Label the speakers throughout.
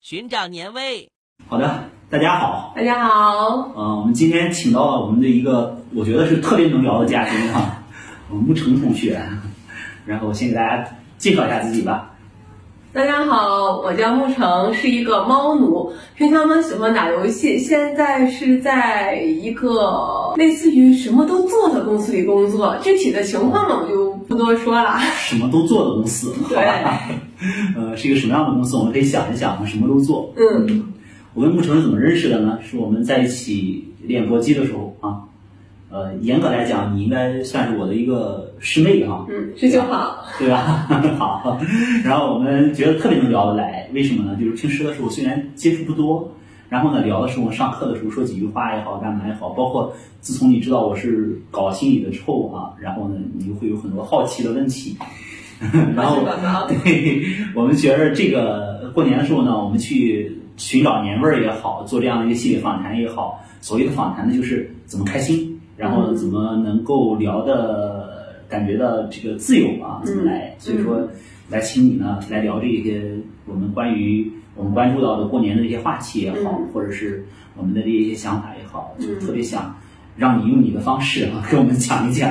Speaker 1: 寻找年味。
Speaker 2: 好的，大家好，
Speaker 3: 大家好，
Speaker 2: 呃，我们今天请到了我们的一个，我觉得是特别能聊的嘉宾啊 哈，我们沐橙同学。 然后先给大家介绍一下自己吧。
Speaker 3: 大家好，我叫沐橙，是一个猫奴，平常呢喜欢打游戏，现在是在一个类似于什么都做的公司里工作，具体的情况呢我就不多说了。
Speaker 2: 什么都做的公司， 好吧？呃，是一个什么样的公司？我们可以想一想，我们什么都做。
Speaker 3: 嗯，
Speaker 2: 我跟沐橙是怎么认识的呢？是我们在一起练搏击的时候啊。呃，严格来讲，你应该算是我的一个师妹哈、
Speaker 3: 嗯，是就好。
Speaker 2: 对吧？ 好，然后我们觉得特别能聊得来，为什么呢？就是平时的时候虽然接触不多，然后呢聊的时候，上课的时候说几句话也好，干嘛也好，包括自从你知道我是搞心理的之后啊，然后呢你就会有很多好奇的问题，然后
Speaker 3: 乱七八糟
Speaker 2: 对， 我们觉得这个过年的时候呢，我们去寻找年味儿也好，做这样的一个系列访谈也好，所谓的访谈呢，就是怎么开心，然后呢怎么能够聊的感觉到这个自由
Speaker 3: 嗯
Speaker 2: 啊，怎么来，所以说来请你呢来聊这些我们关于我们关注到的过年的这些话题也好，
Speaker 3: 嗯
Speaker 2: 或者是我们的这一些想法也好，就
Speaker 3: 嗯
Speaker 2: 特别想让你用你的方式啊 给我们讲一讲，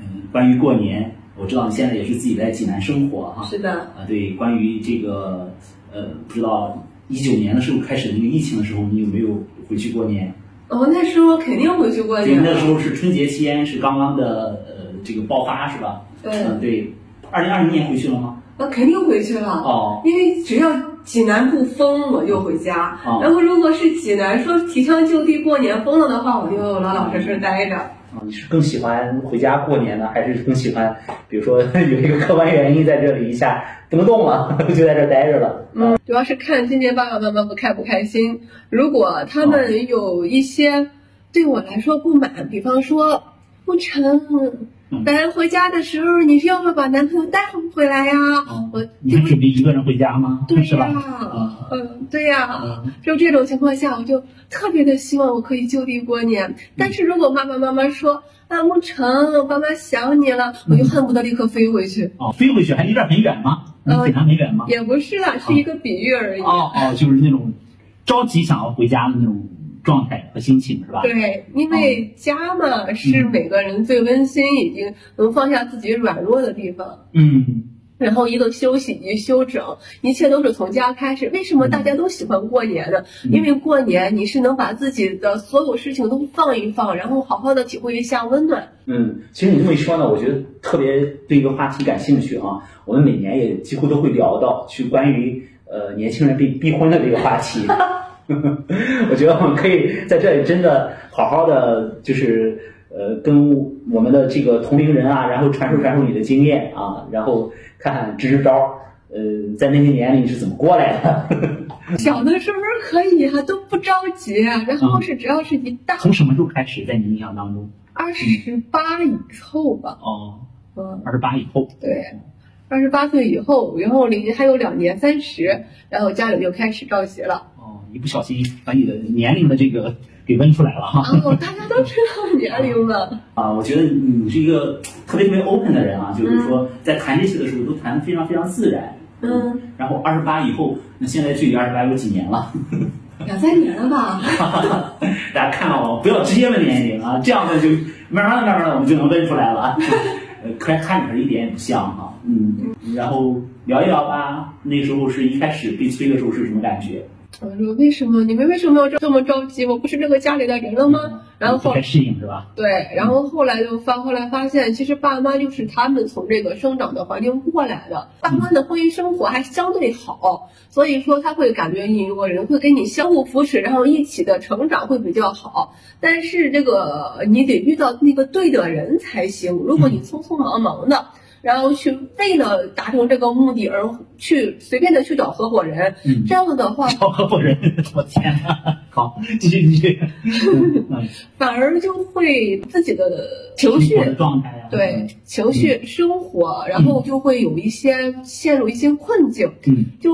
Speaker 2: 嗯，关于过年。我知道你现在也是自己在济南生活哈、
Speaker 3: 是的，
Speaker 2: 啊，对，关于这个，呃，不知道一九年的时候开始那个疫情的时候，你有没有回去过年？
Speaker 3: 呃我、那时候肯定回去过
Speaker 2: 对，
Speaker 3: 年
Speaker 2: 那时
Speaker 3: 了。
Speaker 2: 候是春节期间，是刚刚的呃这个爆发是吧？
Speaker 3: 对
Speaker 2: 嗯，对，二零二零年回去了吗？
Speaker 3: 那呃肯定回去了，
Speaker 2: 哦，
Speaker 3: 因为只要济南不封，我就回家。
Speaker 2: 哦
Speaker 3: 然后如果是济南说提倡就地过年封了的话，我就老老实实待着。
Speaker 2: 啊你是更喜欢回家过年呢，还是更喜欢，比如说有一个客观原因在这里一下不能动了， 就在这儿待着了？嗯，
Speaker 3: 主要是看今年爸爸妈妈不开不开心。如果他们有一些对我来说不满，比方说不成
Speaker 2: 嗯，
Speaker 3: 咱回家的时候，你是要不要把男朋友带回来呀？
Speaker 2: 啊
Speaker 3: 嗯我
Speaker 2: 你是准备一个人回家吗？
Speaker 3: 对
Speaker 2: 是
Speaker 3: 呀、
Speaker 2: 吧？啊
Speaker 3: 嗯，对呀、
Speaker 2: 嗯
Speaker 3: 就这种情况下，我就特别的希望我可以就地过年。但是如果爸爸妈妈说啊，沐橙，爸妈想你了，我就恨不得立刻飞回去。
Speaker 2: 哦，飞回去还离这儿很远吗？离
Speaker 3: 呃
Speaker 2: 济南很远吗？
Speaker 3: 也不是啦，是一个比喻而已。
Speaker 2: 哦哦，就是那种着急想要回家的那种状态和心情，是吧？
Speaker 3: 对，因为家嘛是
Speaker 2: 嗯
Speaker 3: 每个人最温馨，已经能放下自己软弱的地方。
Speaker 2: 嗯，
Speaker 3: 然后一个休息，一个休整，一切都是从家开始。为什么大家都喜欢过年呢？
Speaker 2: 嗯
Speaker 3: 因为过年你是能把自己的所有事情都放一放，然后好好的体会一下温暖。
Speaker 2: 嗯，其实你这么一说呢，我觉得特别对一个话题感兴趣啊。我们每年也几乎都会聊到去关于呃年轻人被逼婚的这个话题。我觉得我们可以在这里真的好好的，就是呃，跟我们的这个同龄人啊，然后传授传授你的经验啊，然后看看支支招儿，呃，在那些年里你是怎么过来的？
Speaker 3: 小的时候可以啊，都不着急啊。然后是只要是一到
Speaker 2: 什么时候开始，在你印象当中？
Speaker 3: 二十八以后吧，
Speaker 2: 哦，
Speaker 3: 嗯，
Speaker 2: 二十八以后。
Speaker 3: 对，二十八岁以后，然后离还有两年三十，然后家里就开始着急了。
Speaker 2: 哦，一不小心把你的年龄的这个给问出来了哈。
Speaker 3: 哦，大家都知道年龄了。
Speaker 2: 啊，我觉得你是一个特别特别 open 的人啊，就是说在谈这些的时候都谈得非常非常自然。
Speaker 3: 嗯，
Speaker 2: 然后二十八以后，那现在距离二十八有几年了？
Speaker 3: 两三年了吧？
Speaker 2: 大家看到我，不要直接问年龄啊，这样呢就慢慢的、慢慢的我们就能问出来了 啊。呃，可看你是一点也不像哈、嗯，然后聊一聊吧。那时候是一开始被催的时候是什么感觉？
Speaker 3: 我说为什么你们为什么要这么着急？我不是这个家里的人了吗？嗯然后
Speaker 2: 嗯不
Speaker 3: 后
Speaker 2: 太适应是吧？
Speaker 3: 对，然后后来就发后来发现，其实爸妈就是他们从这个生长的环境过来的，爸妈的婚姻生活还相对好，所以说他会感觉你我人会跟你相互扶持，然后一起的成长会比较好。但是这个你得遇到那个对的人才行，如果你匆匆忙忙的。然后去为了达成这个目的而去随便的去找合伙人，
Speaker 2: 嗯
Speaker 3: 这样的话
Speaker 2: 找合伙人，我天呐， 好，继续继续。嗯嗯
Speaker 3: 反而就会自己的情绪
Speaker 2: 生活，的状态啊，
Speaker 3: 对，情绪、生活，然后就会有一些陷入一些困境。
Speaker 2: 嗯，
Speaker 3: 就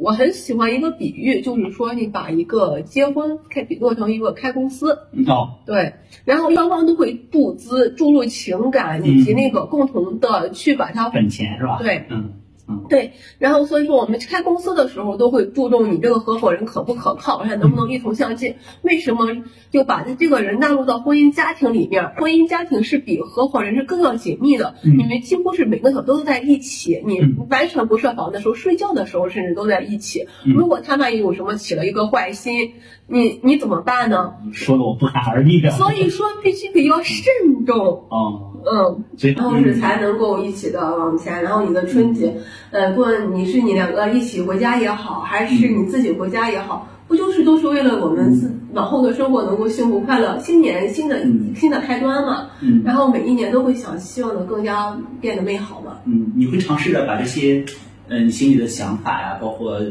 Speaker 3: 我很喜欢一个比喻，就是说你把一个结婚开比作成一个开公司，
Speaker 2: 哦，
Speaker 3: 对，然后双方都会注资、注入情感以及那个共同的去把它
Speaker 2: 本钱是吧？
Speaker 3: 对
Speaker 2: 嗯，嗯
Speaker 3: 对，然后所以说我们开公司的时候都会注重你这个合伙人可不可靠，而且能不能一同向进。为什么就把这个人纳入到婚姻家庭里面？婚姻家庭是比合伙人是更要紧密的，
Speaker 2: 嗯
Speaker 3: 你们几乎是每个小时都在一起，你
Speaker 2: 嗯
Speaker 3: 完全不设防的时候，睡觉的时候甚至都在一起。
Speaker 2: 嗯
Speaker 3: 如果他万一有什么起了一个坏心，你你怎么办呢？
Speaker 2: 说的我不寒而栗啊。
Speaker 3: 所以说必须得要慎重，
Speaker 2: 哦，
Speaker 3: 嗯。
Speaker 2: 所以
Speaker 3: 然后是才能够一起的往前。然后你的春节，呃，不论你是你两个一起回家也好，还是你自己回家也好，不就是都是为了我们自往后的生活能够幸福快乐，新年新的
Speaker 2: 嗯
Speaker 3: 新的开端嘛。
Speaker 2: 嗯
Speaker 3: 然后每一年都会想希望能更加变得美好嘛。
Speaker 2: 嗯，你会尝试着把这些，嗯、你心里的想法呀、包括呃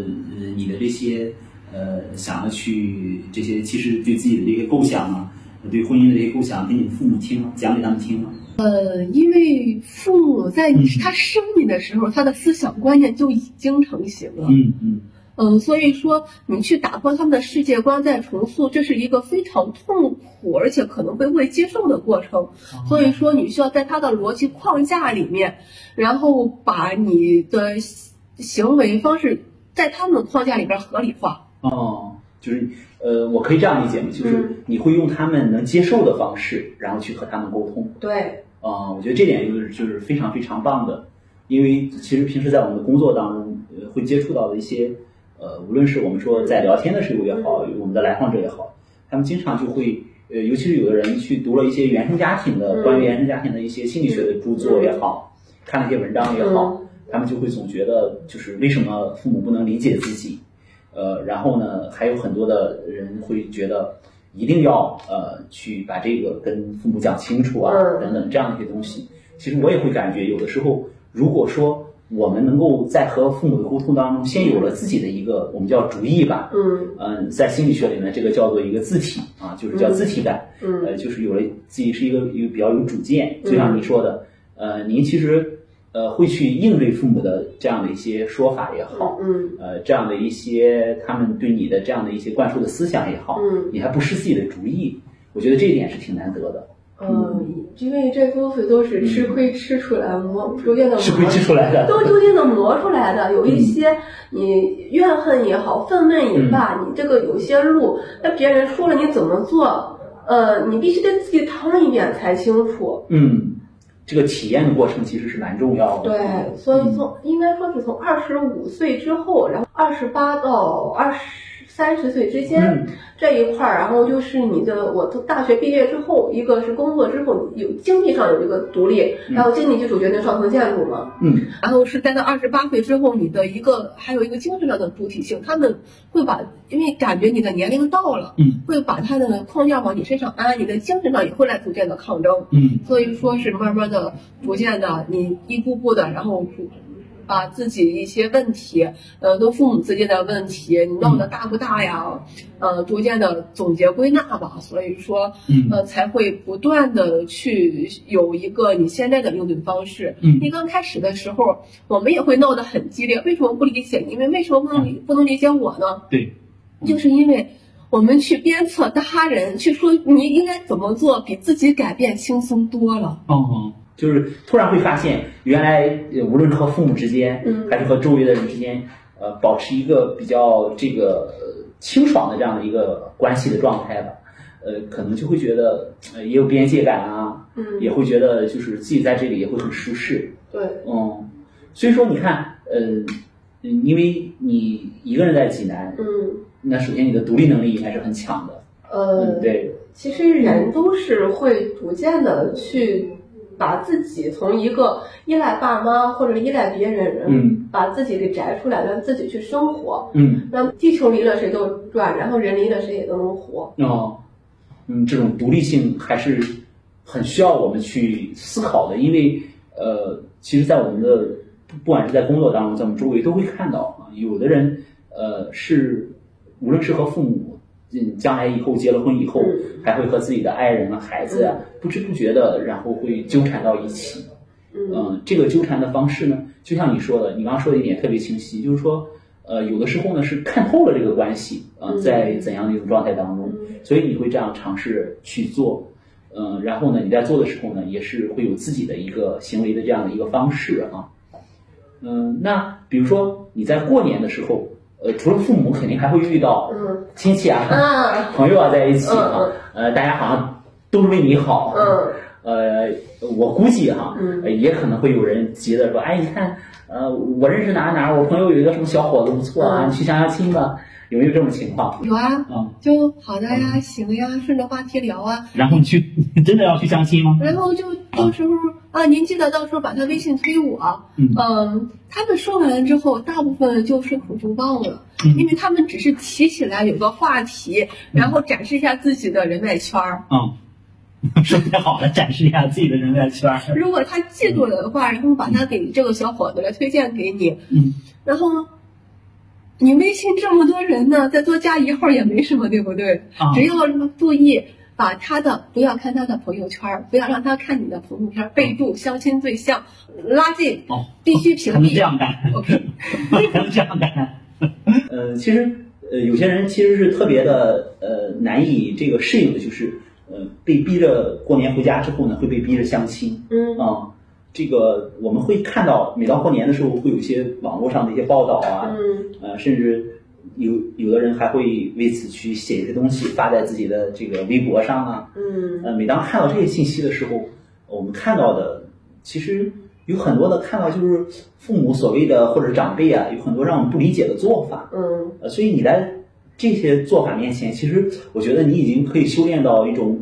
Speaker 2: 你的这些呃想要去这些，其实对自己的这些构想啊，对婚姻的这些构想，给你父母听吗？讲给他们听吗？
Speaker 3: 呃，因为父母在
Speaker 2: 嗯
Speaker 3: 他生你的时候，他的思想观念就已经成型了。
Speaker 2: 嗯嗯
Speaker 3: 嗯，所以说你去打破他们的世界观，再重塑，这是一个非常痛苦，而且可能会未接受的过程。
Speaker 2: 哦
Speaker 3: 所以说，你需要在他的逻辑框架里面，然后把你的行为方式在他们的框架里边合理化。
Speaker 2: 哦，就是呃，我可以这样理解吗？就是你会用他们能接受的方式，然后去和他们沟通。
Speaker 3: 对，
Speaker 2: 啊、我觉得这点就是就是非常非常棒的，因为其实平时在我们的工作当中，呃，会接触到的一些，呃，无论是我们说在聊天的时候也好，我们的来访者也好，他们经常就会，呃，尤其是有的人去读了一些原生家庭的、
Speaker 3: 嗯
Speaker 2: 关于原生家庭的一些心理学的著作也好，看了一些文章也好，
Speaker 3: 嗯
Speaker 2: 他们就会总觉得就是为什么父母不能理解自己，呃，然后呢，还有很多的人会觉得一定要呃去把这个跟父母讲清楚啊，
Speaker 3: 嗯
Speaker 2: 等等这样的一些东西。其实我也会感觉，有的时候如果说我们能够在和父母的沟通当中，先有了自己的一个我们叫主意吧，
Speaker 3: 嗯
Speaker 2: 嗯，在心理学里面这个叫做一个字体啊，就是叫字体感。呃，
Speaker 3: 嗯
Speaker 2: 就是有了自己是一个一个比较有主见，就像您说的，呃，您其实呃会去应对父母的这样的一些说法也好，
Speaker 3: 嗯
Speaker 2: 呃，这样的一些他们对你的这样的一些灌输的思想也好，
Speaker 3: 嗯
Speaker 2: 你还不失自己的主意，我觉得这一点是挺难得的，
Speaker 3: 嗯，因为这夫妇都是吃亏吃出来磨，逐渐的
Speaker 2: 是会吃出来的。
Speaker 3: 都究竟能磨出来的。有一些你怨恨也好，愤懑也罢，你这个有些路，那别人说了你怎么做，呃，你必须得自己趟一遍才清楚。
Speaker 2: 嗯，这个体验的过程其实是蛮重要的。
Speaker 3: 对，所以从应该说是从二十五岁之后，然后二十八到二十三十岁之间、
Speaker 2: 嗯
Speaker 3: 这一块儿，然后就是你的我从大学毕业之后，一个是工作之后有经济上有一个独立，然后经济基础决定上层建筑嘛，
Speaker 2: 嗯
Speaker 3: 然后是待到二十八岁之后，你的一个还有一个精神上的主体性，他们会把，因为感觉你的年龄到了，
Speaker 2: 嗯
Speaker 3: 会把他的框架往你身上安，你的精神上也会来逐渐的抗争。
Speaker 2: 嗯
Speaker 3: 所以说是慢慢的、逐渐的，你一步步的，然后把自己一些问题，呃，跟父母之间的问题，你闹得大不大呀？呃，逐渐的总结归纳吧。所以说，
Speaker 2: 嗯
Speaker 3: 呃，才会不断的去有一个你现在的应对方式。
Speaker 2: 嗯
Speaker 3: 因为刚开始的时候，我们也会闹得很激烈。为什么不理解？因为为什么不能理不能理解我呢？
Speaker 2: 对，
Speaker 3: 就是因为我们去鞭策他人，去说你应该怎么做，比自己改变轻松多了。
Speaker 2: 哦，就是突然会发现，原来呃无论是和父母之间，呃
Speaker 3: 嗯
Speaker 2: 还是和周围的人之间，呃，保持一个比较这个呃清爽的这样的一个关系的状态吧，呃，可能就会觉得呃也有边界感啊，
Speaker 3: 嗯
Speaker 2: 也会觉得就是自己在这里也会很舒适，
Speaker 3: 对，
Speaker 2: 嗯，所以说你看，呃，嗯因为你一个人在济南，
Speaker 3: 嗯，
Speaker 2: 那首先你的独立能力还是很强的，
Speaker 3: 呃
Speaker 2: 嗯，，对，
Speaker 3: 其实人都是会逐渐的去把自己从一个依赖爸妈或者依赖别人，
Speaker 2: 嗯，
Speaker 3: 把自己给摘出来，让自己去生活。
Speaker 2: 嗯。
Speaker 3: 让地球离了谁都转，然后人离了谁也都能活。
Speaker 2: 哦，嗯，这种独立性还是很需要我们去思考的，因为呃，其实，在我们的不管是在工作当中，在我们周围都会看到啊，有的人呃是无论是和父母，嗯，将来以后结了婚以后，
Speaker 3: 嗯
Speaker 2: 还会和自己的爱人啊、孩子啊，不知不觉的，然后会纠缠到一起。
Speaker 3: 嗯
Speaker 2: 嗯，这个纠缠的方式呢，就像你说的，你刚刚说的一点特别清晰，就是说，呃，有的时候呢是看透了这个关系，呃，
Speaker 3: 嗯
Speaker 2: 在怎样的一种状态当中，
Speaker 3: 嗯
Speaker 2: 所以你会这样尝试去做，嗯、然后呢，你在做的时候呢，也是会有自己的一个行为的这样的一个方式啊，嗯，那比如说你在过年的时候，呃，除了父母，肯定还会遇到
Speaker 3: 嗯
Speaker 2: 亲戚啊、
Speaker 3: 啊
Speaker 2: 朋友啊在一起啊
Speaker 3: 嗯，
Speaker 2: 呃，大家好像都是为你好，
Speaker 3: 嗯
Speaker 2: 呃，我估计哈，
Speaker 3: 嗯
Speaker 2: 呃也可能会有人急着说，哎，你看，呃，我认识哪哪，我朋友有一个什么小伙子不错啊，
Speaker 3: 嗯
Speaker 2: 你去相相亲吧，有没有这种情况？
Speaker 3: 有啊，
Speaker 2: 嗯，
Speaker 3: 就好的呀，行呀，顺着话题聊啊，
Speaker 2: 然后你去 真的要去相亲吗？
Speaker 3: 然后就到时候啊，您记得到时候把他微信推我。
Speaker 2: 嗯
Speaker 3: 嗯，他们说完了之后，大部分就顺口就忘了，
Speaker 2: 嗯
Speaker 3: 因为他们只是提起来有个话题，然后展示一下自己的人脉圈儿。
Speaker 2: 嗯， 说太好了，展示一下自己的人脉圈儿。
Speaker 3: 如果他记住了的话，然后把他给这个小伙子来推荐给你，
Speaker 2: 嗯，
Speaker 3: 然后你微信这么多人呢，再多加一号也没什么，对不对？
Speaker 2: 啊
Speaker 3: 只要注意把他的不要看他的朋友圈，不要让他看你的朋友圈，备注相亲对象，拉进
Speaker 2: 哦，
Speaker 3: 必须屏
Speaker 2: 他们这
Speaker 3: 蔽。
Speaker 2: 样干，
Speaker 3: OK，
Speaker 2: 他们这样干。 呃，其实呃，有些人其实是特别的呃难以这个适应的，就是呃被逼着过年回家之后呢，会被逼着相亲。
Speaker 3: 嗯
Speaker 2: 啊，这个我们会看到，每到过年的时候，会有一些网络上的一些报道啊，
Speaker 3: 嗯
Speaker 2: 呃，甚至有有的人还会为此去写一些东西发在自己的这个微博上啊。
Speaker 3: 嗯
Speaker 2: 呃，每当看到这些信息的时候，我们看到的其实有很多的看到就是父母所谓的或者长辈啊，有很多让我们不理解的做法。
Speaker 3: 嗯
Speaker 2: 呃，所以你在这些做法面前，其实我觉得你已经可以修炼到一种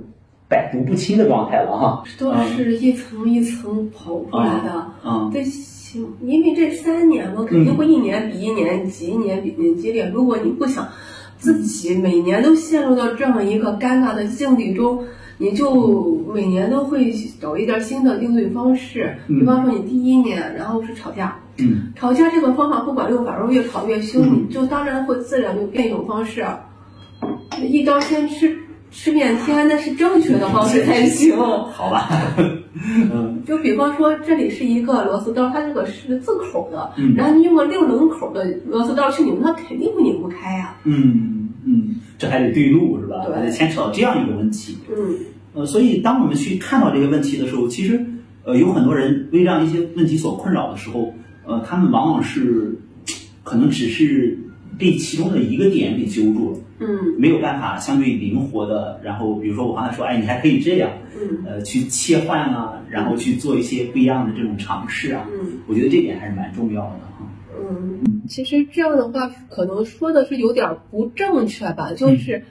Speaker 2: 百毒不侵的状态了哈。
Speaker 1: 都是一层一层刨出来的。
Speaker 2: 嗯
Speaker 1: 对，行，因为这三年嘛，肯定会一年比一年急，一年比一年激烈。如果你不想自己每年都陷入到这么一个尴尬的境地中，你就每年都会找一点新的应对方式。
Speaker 2: 嗯
Speaker 1: 比方说，你第一年，然后是吵架，
Speaker 2: 嗯。
Speaker 1: 吵架这个方法不管用，反而越吵越凶，
Speaker 2: 嗯
Speaker 1: 你就当然会自然就变一种方式，一刀先吃吃遍天，那是正确的方式才行。
Speaker 2: 好吧， 嗯
Speaker 1: 就比方说，这里是一个螺丝刀，它这个是字口的，
Speaker 2: 嗯
Speaker 1: 然后你用个六棱口的螺丝刀去拧，它肯定会拧不开呀、
Speaker 2: 嗯嗯，这还得对路是吧？
Speaker 1: 对
Speaker 2: 还得牵扯到这样一个问题。
Speaker 1: 嗯
Speaker 2: 呃，所以当我们去看到这个问题的时候，其实呃有很多人为这样一些问题所困扰的时候，呃，他们往往是可能只是被其中的一个点给揪住了，
Speaker 1: 嗯
Speaker 2: 没有办法相对灵活的，然后比如说我刚才说，哎，你还可以这样，
Speaker 1: 嗯
Speaker 2: 呃，去切换啊，然后去做一些不一样的这种尝试啊，
Speaker 1: 嗯
Speaker 2: 我觉得这点还是蛮重要的哈。
Speaker 1: 嗯
Speaker 3: 其实这样的话，可能说的是有点儿不正确吧，就是。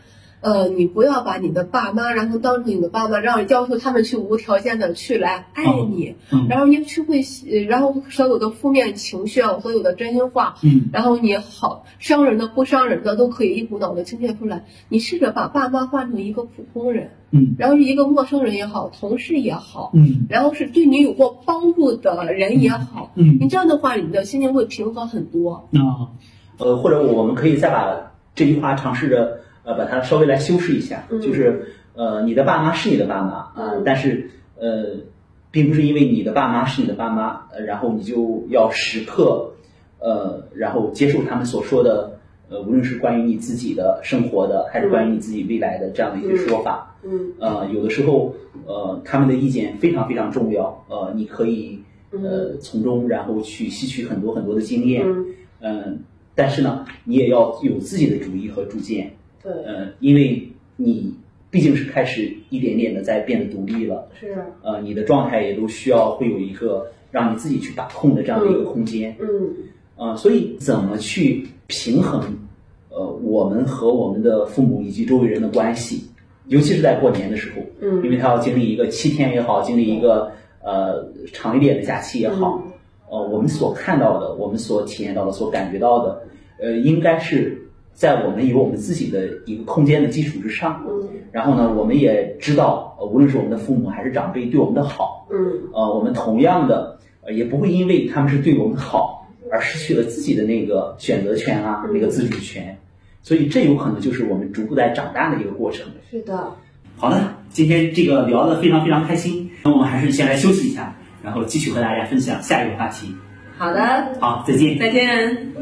Speaker 3: 呃，你不要把你的爸妈，然后当成你的爸妈，让要求他们去无条件的去来爱你，
Speaker 2: 嗯
Speaker 3: 然后你去会，呃然后所有的负面情绪啊，所有的真心话，
Speaker 2: 嗯
Speaker 3: 然后你好伤人的、不伤人的都可以一股脑的倾泻出来。你试着把爸妈换成一个普通人，
Speaker 2: 嗯
Speaker 3: 然后是一个陌生人也好，同事也好，
Speaker 2: 嗯
Speaker 3: 然后是对你有过帮助的人也好，
Speaker 2: 嗯
Speaker 3: 你这样的话，你的心情会平和很多。
Speaker 2: 啊，呃，或者我们可以再把这句话尝试着呃把它稍微来修饰一下，
Speaker 1: 嗯
Speaker 2: 就是呃你的爸妈是你的爸妈啊、
Speaker 1: 嗯
Speaker 2: 但是呃并不是因为你的爸妈是你的爸妈，呃然后你就要时刻呃然后接受他们所说的。呃，无论是关于你自己的生活的，还是关于你自己未来的这样的一些说法，
Speaker 1: 嗯
Speaker 2: 呃，有的时候，呃，他们的意见非常非常重要，呃，你可以呃从中然后去吸取很多很多的经验，
Speaker 1: 嗯，
Speaker 2: 嗯，但是呢，你也要有自己的主意和主见，
Speaker 1: 对，
Speaker 2: 呃，因为你毕竟是开始一点点的在变得独立了，
Speaker 1: 是，
Speaker 2: 呃，你的状态也都需要会有一个让你自己去把控的这样的一个空间，
Speaker 1: 嗯
Speaker 2: 呃，所以怎么去平衡，呃，我们和我们的父母以及周围人的关系，尤其是在过年的时候，因
Speaker 1: 嗯
Speaker 2: 为他要经历一个七天也好，经历一个呃长一点的假期也好，呃，我们所看到的，我们所体验到的，所感觉到的，呃，应该是在我们有我们自己的一个空间的基础之上。
Speaker 1: 嗯
Speaker 2: 然后呢，我们也知道，呃无论是我们的父母还是长辈对我们的好，
Speaker 1: 嗯
Speaker 2: 呃，我们同样的，呃，也不会因为他们是对我们好而失去了自己的那个选择权啊，那个自主权。所以这有可能就是我们逐步在长大的一个过程。
Speaker 1: 是的，
Speaker 2: 好的，今天这个聊得非常非常开心，那我们还是先来休息一下，然后继续和大家分享下一个话题。
Speaker 1: 好的，
Speaker 2: 好，再见。
Speaker 1: 再见。